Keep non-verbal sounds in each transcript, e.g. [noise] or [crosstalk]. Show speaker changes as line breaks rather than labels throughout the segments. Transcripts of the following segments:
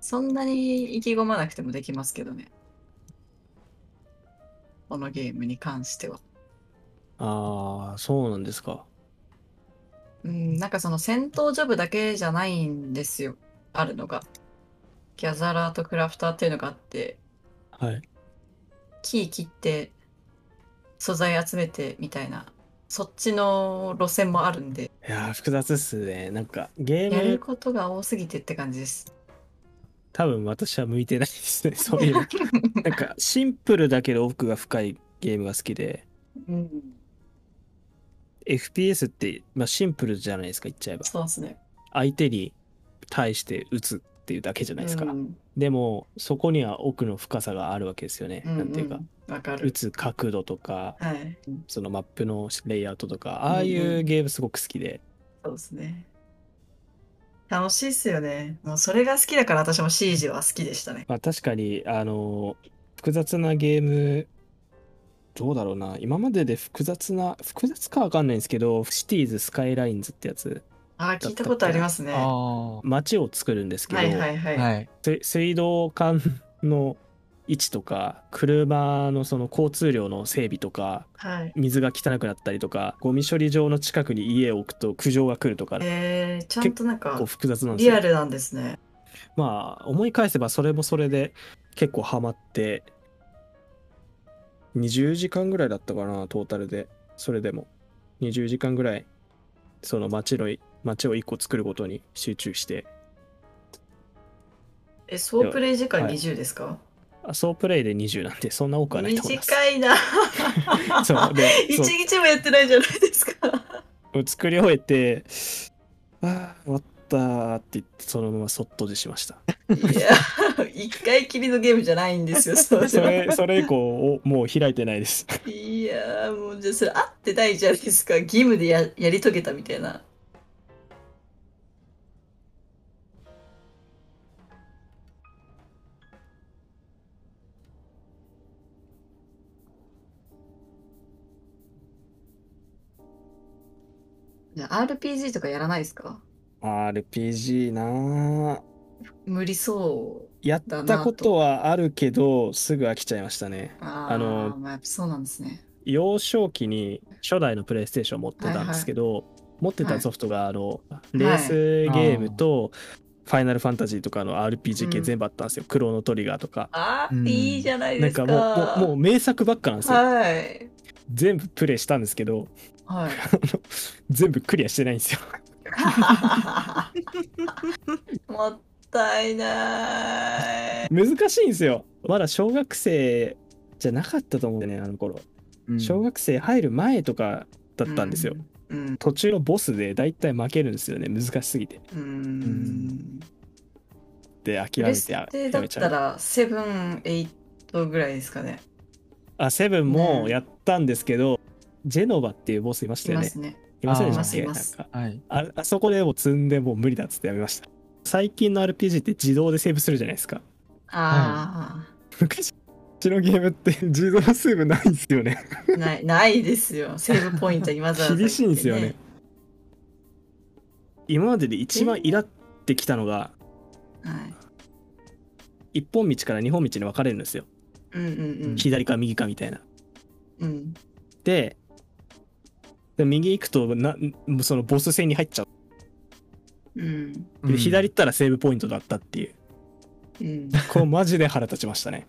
そんなに意気込まなくてもできますけどね。このゲームに関しては。
ああ、そうなんですか。
うん、なんかその戦闘ジョブだけじゃないんですよ。あるのが。ギャザラーとクラフターっていうのがあって、
はい。
木切って、素材集めてみたいな、そっちの路線もあるんで、
いやー、複雑っすね。なんか、ゲ
や
ー
る
ム、
ことが多すぎてって感じです。
多分私は向いてないですね。 [laughs] そういう。なんか、シンプルだけど奥が深いゲームが好きで、
うん、
FPS って、まあ、シンプルじゃないですか、言っちゃえば。
そうですね。
相手に対して打つっていうだけじゃないですか。
うん
でも、そこには奥の深さがあるわけですよね。なんていうか、。
んわか
打
る。
つ角度とか、
はい。
そのマップのレイアウトとか、ああい
ん
う
う
うんゲームすごく好きで。
そうですね。楽しいっすよね。もうそれが好きだから私も CG は好きでしたね。
まあ、確かに、あの、複雑なゲーム、どうだろうな。今までで複雑な、複雑かわかんないんですけど、シティーズ・スカイラインズってやつ、
あー、聞いたことありますね。は
あ
街を作るんですけど、
いはいは
あ、
い。
はい。
せ水道管の位置とか、車のその交通量の整備とか、
はい。
水が汚くなったりとか、ゴミ処理場の近くに家を置くと苦情が来るとか、結
えー、ちゃんとなんか
構、複雑なんです
リ
よ。
アルなんですね。
まあ思い返せばそれもそれで結構ハマって20時間ぐらいだったかなトータルでそれでも20時間ぐらいその街の街を1個作ることに集中して
え、総プレイ時間
はい
20ですか、
あ総プレイで20なんてそんな多くはないと思います
短いな。
[laughs] そうで
一
そう
日もやってないじゃないですか。
作り終えてああ終わったって言ってそのままそっとでしました
いや、一回きりのゲームじゃないんですよ、そ
[laughs] そ
れ
れ
は。
それ以降おもう開いてないです [laughs]
いやー、もうじゃあそれ合ってないじゃないですか。義務でややり遂げたみたいな。じゃあ RPG とかやらないですか
RPG なあ
無理そう。
やったことはあるけど、すぐ飽きちゃいましたね。
あー
あの
まあ、やっぱそうなんですね。
幼少期に初代のプレイステーション持ってたんですけど、持ってたソフトが、あの、レースゲームと、ファイナルファンタジーとかの RPG 系
うん
全部あったんですよ。クロノトリガーとか。
ああ、
うん
いいじゃないで
なん
すか。
かもう、もうもう名作ばっかなんですよ。
はい。
全部プレイしたんですけど、
はい。
全部クリアしてないんですよ。
もったいない。
難しいんですよ。まだ小学生じゃなかったと思うんだよね、あの頃。
うん
小学生入る前とかだったんですよ。
うん。
途中のボスで大体負けるんですよね、難しすぎて。
うん。うん。
ん
で諦
プ
め
レ
て
ス
や
テだっ
めち
た
ゃう。
ら、セブン、エイトぐらいですかね。
あ、セブン
う
も
ん
やったんですけど、ジェノバっていうボスいまし
い
たよ
ま
ね
す。ね。
いませんで
あー
したっけ
いま
なん
す
か
はい。
ああそこでもう積んでもう無理だっつってやめました。最近の RPG って自動でセーブするじゃないですか。
あ
昔のゲームって自動セーブないんですよね。
あ、ない、ないですよ。セーブポイントにわざわざ行って、
厳しいんですよね。。今までで一番イラってきたのが、
はい。
一本道から二本道に分かれるんですよ。
うんうん
左か右かみたいな。
うん。うん。
で、で右行くとな、そのボス戦に入っちゃう。
うん。
で左行ったらセーブポイントだったっていう。
うん。
こうマジで腹立ちましたね。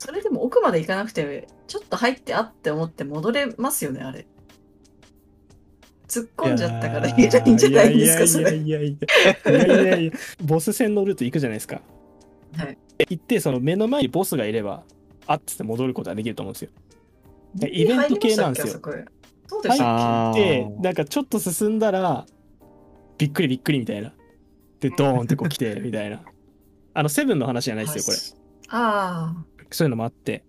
それでも奥まで行かなくて、ちょっと入ってあって思って戻れますよね、あれ。突っ込んじゃったからいいじゃいいんじゃないんですか、それ。
いやいやいやいやいやいやいやボス戦のルート行くじゃないですか。
はい
行って、その目の前にボスがいれば、あっつって戻ることができると思うんですよ。でイベント系なんです
入りましたっけあ
よ。
そこそうでしたっ
あー
で、なんかちょっと進んだら、びっくりびっくりみたいな。で、ドーンってこう来て、みたいな。あの、セブンの話じゃな
け
いですよ、これ。
ああ。
そういうのもあって、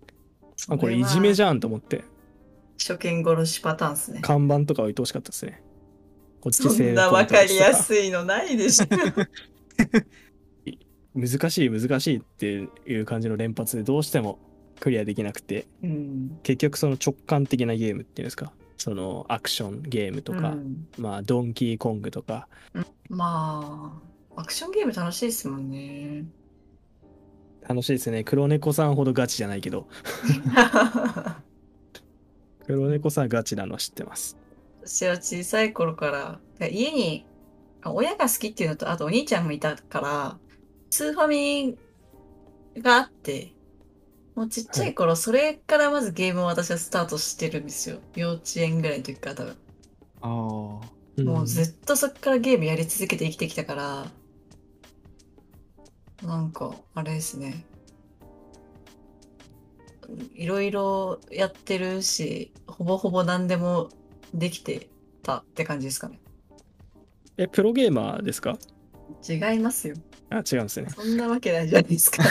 あこれいじめ
ゃ。
じゃんと思って、
初見殺しパターンですね。
看板とか置いてほしかったですね。こっち
そんなわかりやすいのないで
[laughs]
しょ。
難しい難しいっていう感じの連発でどうしてもクリアできなくて
うん。
結局その直感的なゲームっていうんですかそのアクションゲームとか、
うん
まあドンキーコングとか
まあ、アクションゲーム楽しいですもん
[laughs]
ね。
楽しいですね。黒猫さんほどガチじゃないけど、黒猫さんガチなの知ってます。
私は小さい頃から、家に、あ親が好きっていうのと、あとお兄ちゃんもいたから、スーファミがあって、もうちっちゃい頃、それからまずゲームを私はスタートしてるんですよ。幼稚園ぐらいの時から多分。
ああ。
うん
もうずっとそっからゲームやり続けて生きてきたから、なんか、あれですね。いろいろやってるし、ほぼほぼ何でもできてたって感じですかね。
え、プロゲーマーですか
違いますよ。
あ、違うんですね。
そんなわけないじゃないです
[laughs]
か。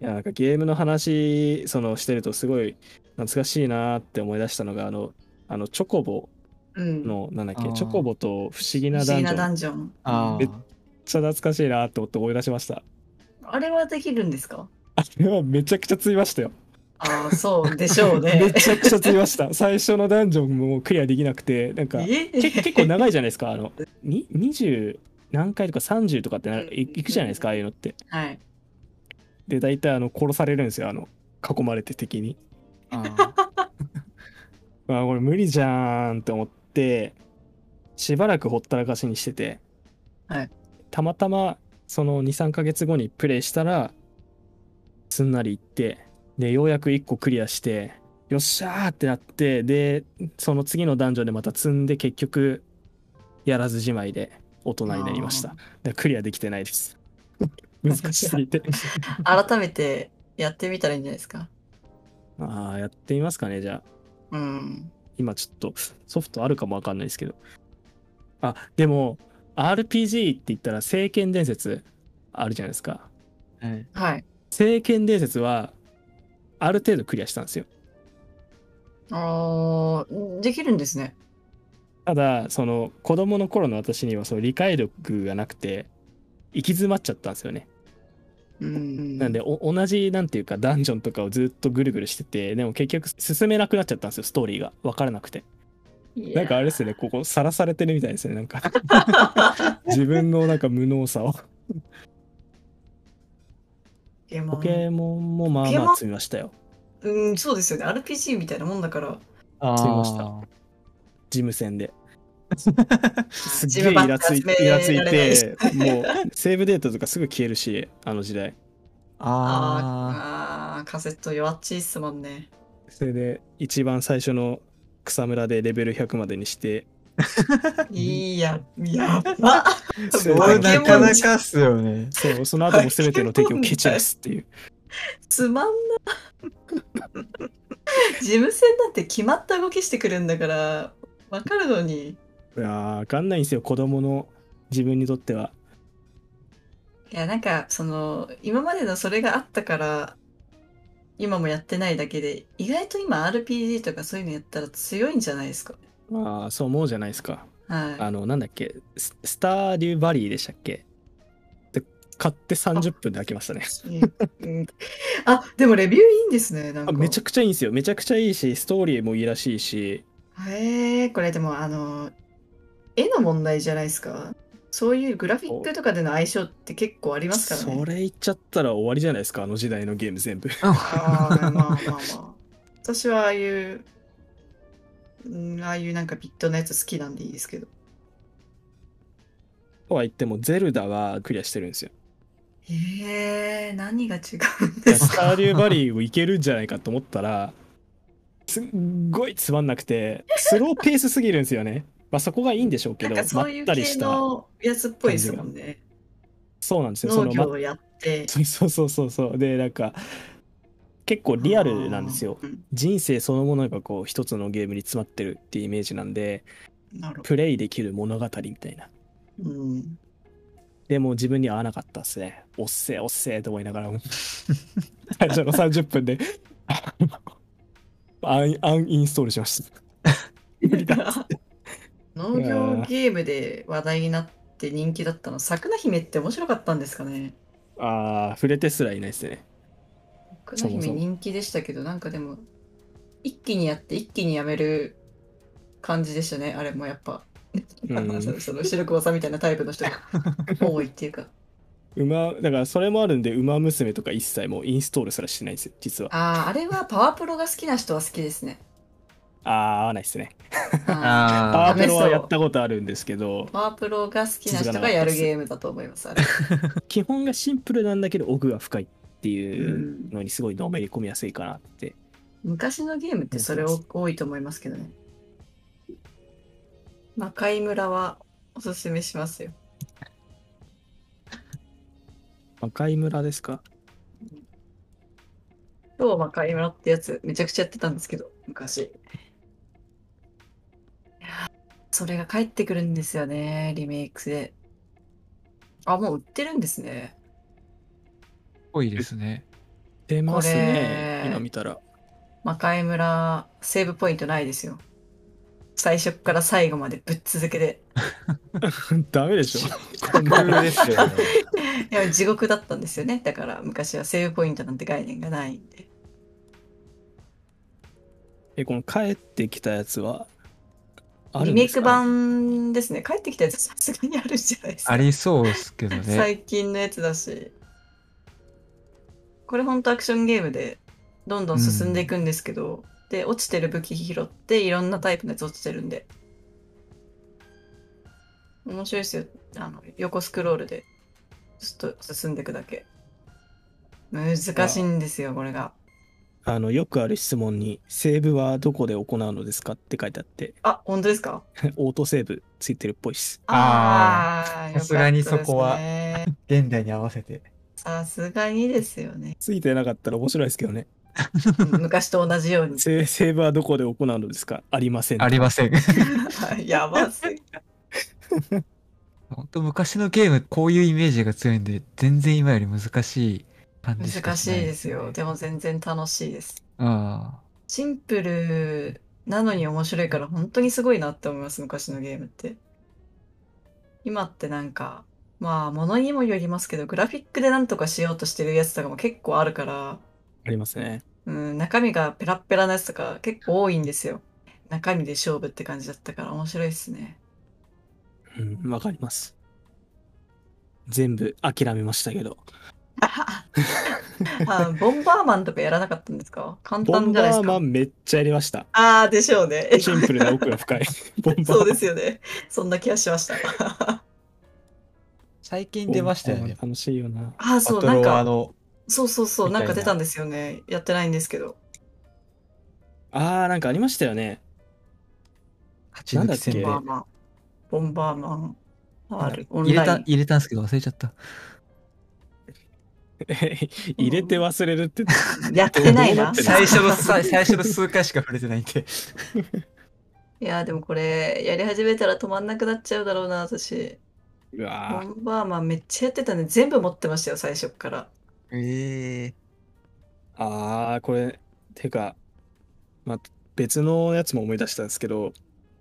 いや、なんかゲームの話、その、してるとすごい懐かしいなーって思い出したのが、あの、あの、チョコボ
うん。不
の、なんだっけ、
あー
チョコボと不思議な
思
ダ
議
ンジョ
なダ
ン。めっ
ンジョン。
あ
えちゃ懐かしいなーって思って思い出しました。
あれはできるんですか
あれはめちゃくちゃついま
[laughs]
したよ。
ああ、そうでしょう
め
ね。
ちゃくちゃついました。最初のダンジョンもクリアできなくて、なんか、
え
け結構長いじゃないですか。あの、に20何回とか30とかってな
うん
いいくじゃないですか、ああいうのって。
はい。
で、大体、あの、殺されるんですよ。あの、囲まれて敵に。
あ。
[laughs]
ああ。
まあ、これ無理じゃーんって思って、しばらくほったらかしにしてて、
はい
たまたま、その2、3ヶ月後にプレイしたら、すんなりいって、で、ようやく1個クリアして、よっしゃーってなって、で、その次のダンジョンでまた積んで、結局、やらずじまいで大人になりました。でクリアできてないです。難しすぎ
[laughs]
て。
改めてやってみたらいいんじゃないですか。
ああ、やってみますかね、じゃあ。
うん。
今ちょっとソフトあるかもわかんないですけど。あ、でも RPG って言ったら聖剣伝説あるじゃないですか。
はい。
はい。
聖剣伝説はある程度クリアしたんですよ。
ああ、できるんですね。
ただ、その子供の頃の私にはその理解力がなくて行き詰まっちゃったんですよね。
うん。
なんでお同じなんていうかダンジョンとかをずっとぐるぐるしてて、でも結局進めなくなっちゃったんですよ、ストーリーが。わからなくて。
いや
なんか
[laughs]
あれですね、ここさらされてるみたいですね、なんか。自分のなんか無能さを。
ポケモン
ポケモンもまあまあ積みましたよ。
うん、そうですよね。RPG みたいなもんだから、
ああ。
ついました事務
[laughs]
戦で。すっげえ
自
イ
分
ラつい
ばっか集
イ
めら
ラ
れ
つい、
ないして
もうセーブデータとかすぐ消えるし、あの時代。
あ
あーあー、カセット弱っちいっすもん
[laughs]
ね。
それで一番最初の草むらでレベル100までにして、
いいや、やば。
あ。
[laughs] そ
そ
れ
れ
で
なかなかっすよね。
そうその後も全ての敵を蹴散ら
[laughs]
すっていう。
つまんな。 [laughs] 事務戦なんて決まった動きしてくるんだから、わかるのに。
いやーわかんないんですよ、子供の自分にとっては。
いや、なんか、その、今までのそれがあったから、今もやってないだけで、意外と今 RPG とかそういうのやったら強いんじゃないですか。
まあ、そう思うじゃないですか。
は
あの、なんだっけ、ススターデューバリーでしたっけで買って30分で開けましたね。
い。うんうんあ、でもレビューいいんですね、なん
あ
か。
めちゃくちゃいいんですよ。めちゃくちゃいいし、ストーリーもいいらしいし、
へえ、これでもあの、絵の問題じゃないですか。そういうグラフィックとかでの相性って結構ありますから
そ
ね。
れ言っちゃったら終わりじゃないですか、あの時代のゲーム全部。 [laughs]
ああ、まあまあまあ。私はああいう、うんああいうなんかビットのやつ好きなんでいいですけど。
とは言っても、ゼルダはクリアしてるんで
[laughs]
すよ。
へえ、何が違うんです
ス
か。
ターデューバリーをいけるんじゃないかと思ったら、すっごいつまんなくて、スローペースすぎるんですよね。まあそこがいいんでしょうけ
なん
ど、
かそうい
まっ
う
たり
系
した。
のやつっぽいですもんね。
そうなんですよ。そ
農
の
業
ま
をやって。
そうそうそうそうそう。で、なんか、結構リアルなんですよ。
あー。うん
人生そのものがこう、一つのゲームに詰まってるっていうイメージなんで、
なるほ
プレイできる物語み [laughs] たいな。
ど。うん。
でも自分には合わなかったですね。おっせえおっせえと思いながらも最初の30分であのアンアンインストールしました。無理だ。
農業ゲームで話題になって人気だったの、桜姫って面白かったんですかね
ああ、触れてすらいないですね。
桜
そもそ
姫
も
人気でしたけど、なんかでも、一気にやって一気にやめる感じでしたね、あれもやっぱ。
ん
[laughs] その白熊さんみたいなタイプの
[laughs]
人が多いっていうか。
馬、だからそれもあるんで、馬娘とか一切もうインストールすらしてないんですよ、実は。
ああ、あれはパワープロが好きな人は好きです
[laughs]
ね。
ああ、合わないですね。
あー
パ
あ
ワ
あ
ープロはやったことあるんですけど、
パワープロが好きな人がやるゲームだと思います。あれ
基本がシンプルなんだけど、奥が深いっていうのにすごいのめり込みやすいかなって。
昔のゲームってそれを多いと思いますけどね。魔界村はおすすめしますよ。
赤い村ですか
今日魔界村ってやつめちゃくちゃやってたんですけど、昔。いやそれが帰ってくるんですよね、リメイクで。あ、もう売ってるんですね。
ぽいですね。
出ます
こ
ね、
れ
今見たら。 [laughs]
魔界村、セーブポイントないですよ。最初から最後までぶっ続けで。
ダメでしょ。 [laughs] こん
いろ
ない
ろですよね。
いや地獄だったんですよね。だから昔はセーブポイントなんて概念がないんで。
え、この帰ってきたやつは、ある
リ
ん
メ
で
イ
す
ク
か
版ですね。帰ってきたやつさすがにあるんじゃないですか。
ありそうですけどね。
最近のやつだし。これほんとアクションゲームでどんどん進んでいくんですけど、で、落ちてる武器拾っていろんなタイプのやつ落ちてるんで。面白いですよ。あの、横スクロールでずっと進んでいくだけ。難しいんですよ、これが。
あの、よくある質問に、セーブはどこで行うのですかって書いてあって、 [laughs]
あ、本当ですか
オートセーブついてるっぽいっす。。
あ
あー、
さすがにそこは
よかったですね
現代に合わせて。
さすがにですよね
ついてなかったら面白いですけどね。
うん昔と同じように。
[laughs]
[laughs]
セセーブはどこで行うのですかありません。
ありません。 [laughs]
やばすぎ。
本当昔のゲーム、こういうイメージが強いんで、全然今より難しい感じしか
難し
ない
ですよ。で
も。
も全然楽しいです。
あ
シンプルなのに面白いから本当にすごいなって思います、昔のゲームって。今ってなんか、まあ物にもよりますけど、グラフィックでなんとかしようとしてるやつとかも結構あるから、
ありますね。
うん、中身がペラッペラなやつとか結構多いんですよ。中身で勝負って感じだったから面白いですね。
うん、わかります。全部諦めましたけど。
あボンバーマンとかやらなかったんですか簡
ボ
単
ン
じゃないで
バ
す
ー
か
マ。ンめっちゃやりました。
ああ、でしょうね。
シンプルな奥が深い。ボンバーマ
[laughs]
ン。
そうですよね。そんな気がしました。あ
ー最近出ましたよ
ボンバ
ね
ー。マン楽しいよな。
あ、
パ
そう、
ト
なん
ロワ
か、
の。
そうそうそう、
み
な
たい
ん
な
か出たんですよね。やってないんですけど。
あー、なんかありましたよね。 [laughs]
八抜きせんべい
ボンバーマン。ボンバーマン。ある。オン
入れ
ラ
た、
イン。
入れたんですけど忘れちゃった。
入れて忘れる
[laughs]
って。
やってない
どう
な
なっ。てん
最初の、
い
最初の数回しか触れてないんで。
や、でもこれ、やり始めたら止まんなくなっちゃうだろうな、私。
う
ボ
わー
ンバーマンめっちゃやってたね。全部持ってましたよ、最初っから。
え [laughs] え
あー、これ、てか、まあ、別のやつも思い出したんですけど、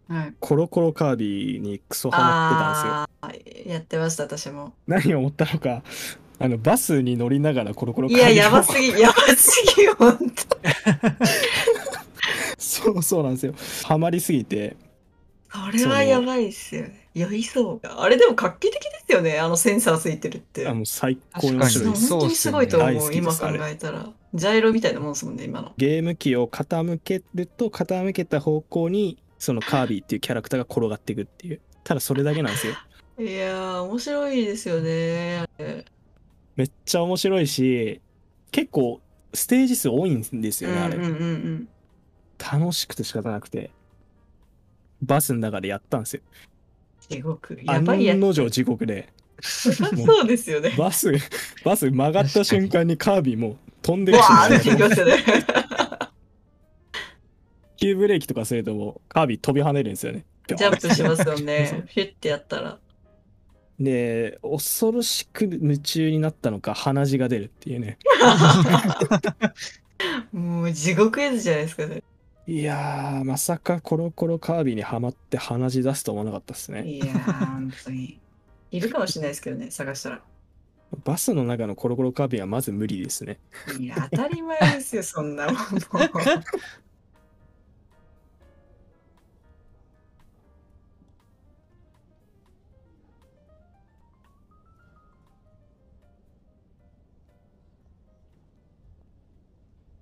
はい。
コロコロカービィにクソハマってたんです
ああ
よ。
ー、やってました、私も。
何を思ったのか、あの、バスに乗りながらコロコロ
いや、やば
す
すぎ、やばすぎ、ほんと。
[laughs] そうそうなんですよ。ハマりすぎて、
それはやばいっすよね。酔いそうが。あれでも画期的ですよね。あのセンサーついてるって。
あの最高に
確
面
そう本
白い
か
です。
当にすごいと思う、
そうっすよね
今
大好きです
考
あれ
えたら。ジャイロみたいなもんですもんね、今の。
ゲーム機を傾けると傾けた方向に、そのカービィっていうキャラクターが転がっていくっていう。ただそれだけなんですよ。
いやー、面白いですよね。
めっちゃ面白いし、結構ステージ数多いんです
うん
よ
う
ね、あれ。
んうんうん。
楽しくて仕方なくて。バスの中でやったんですよ。
地獄。や
案
ばいや
の定地
[laughs]
獄で、
つ。そうです
[laughs]
よね。
バス、バス曲がった瞬間にカービィもう飛んで
わー
るし
っていきますよ
[laughs]
ね。
急ブレーキとかするともうカービィ飛び跳ねるんですよね。
ジャンプしますよ
[laughs]
ね。ヒュッてやったら。
で、恐ろしく夢中になったのか、鼻血が出るっていうね。
もう地獄絵図じゃないですかね。
いやー、まさかコロコロカービィにはまって鼻血出すとは思わなかったですね。
いやー、本当に。いるかもしれないですけどね、探したら。
バスの中のコロコロカービィはまず無理ですね。
いや、当たり前ですよ、そんなもん。もう